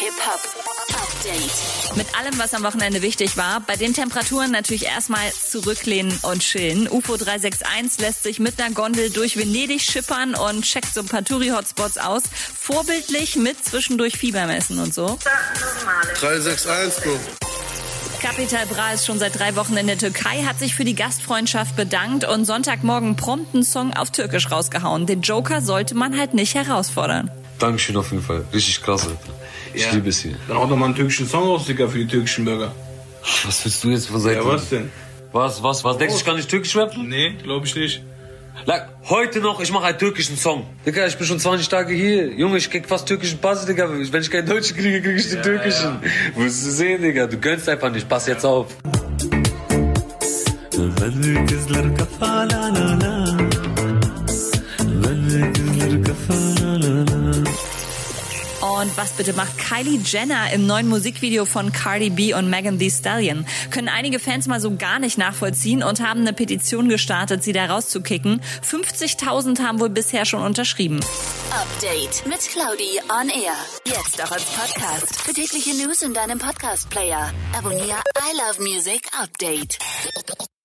Top Update. Mit allem, was am Wochenende wichtig war, bei den Temperaturen natürlich erstmal zurücklehnen und chillen. UFO 361 lässt sich mit einer Gondel durch Venedig schippern und checkt so ein paar Touri-Hotspots aus. Vorbildlich mit zwischendurch Fiebermessen und so. 361, du. Capital Bra ist schon seit drei Wochen in der Türkei, hat sich für die Gastfreundschaft bedankt und Sonntagmorgen prompt einen Song auf Türkisch rausgehauen. Den Joker sollte man halt nicht herausfordern. Dankeschön auf jeden Fall. Richtig krass, Alter. Ich liebe es hier. Dann auch nochmal einen türkischen Song raus, Digga, für die türkischen Burger. Was willst du jetzt von Seite? Ja, was denn? Was, was, was? Denkst du, ich kann nicht türkisch rappen? Nee, glaube ich nicht. Like, heute noch, ich mache einen türkischen Song. Digga, ich bin schon 20 Tage hier. Junge, ich krieg fast türkischen Pass, Digga. Wenn ich keinen deutschen kriege, krieg ich den türkischen. Willst du sehen, Digga? Du gönnst einfach nicht. Pass jetzt auf. Bedri kızlar kafala la la Bedri kızlar kafala la la Und was bitte macht Kylie Jenner im neuen Musikvideo von Cardi B und Megan Thee Stallion? Können einige Fans mal so gar nicht nachvollziehen und haben eine Petition gestartet, sie da rauszukicken. 50.000 haben wohl bisher schon unterschrieben. Update mit Claudi on Air. Jetzt auch als Podcast. Für tägliche News in deinem Podcast-Player. Abonniere I Love Music Update.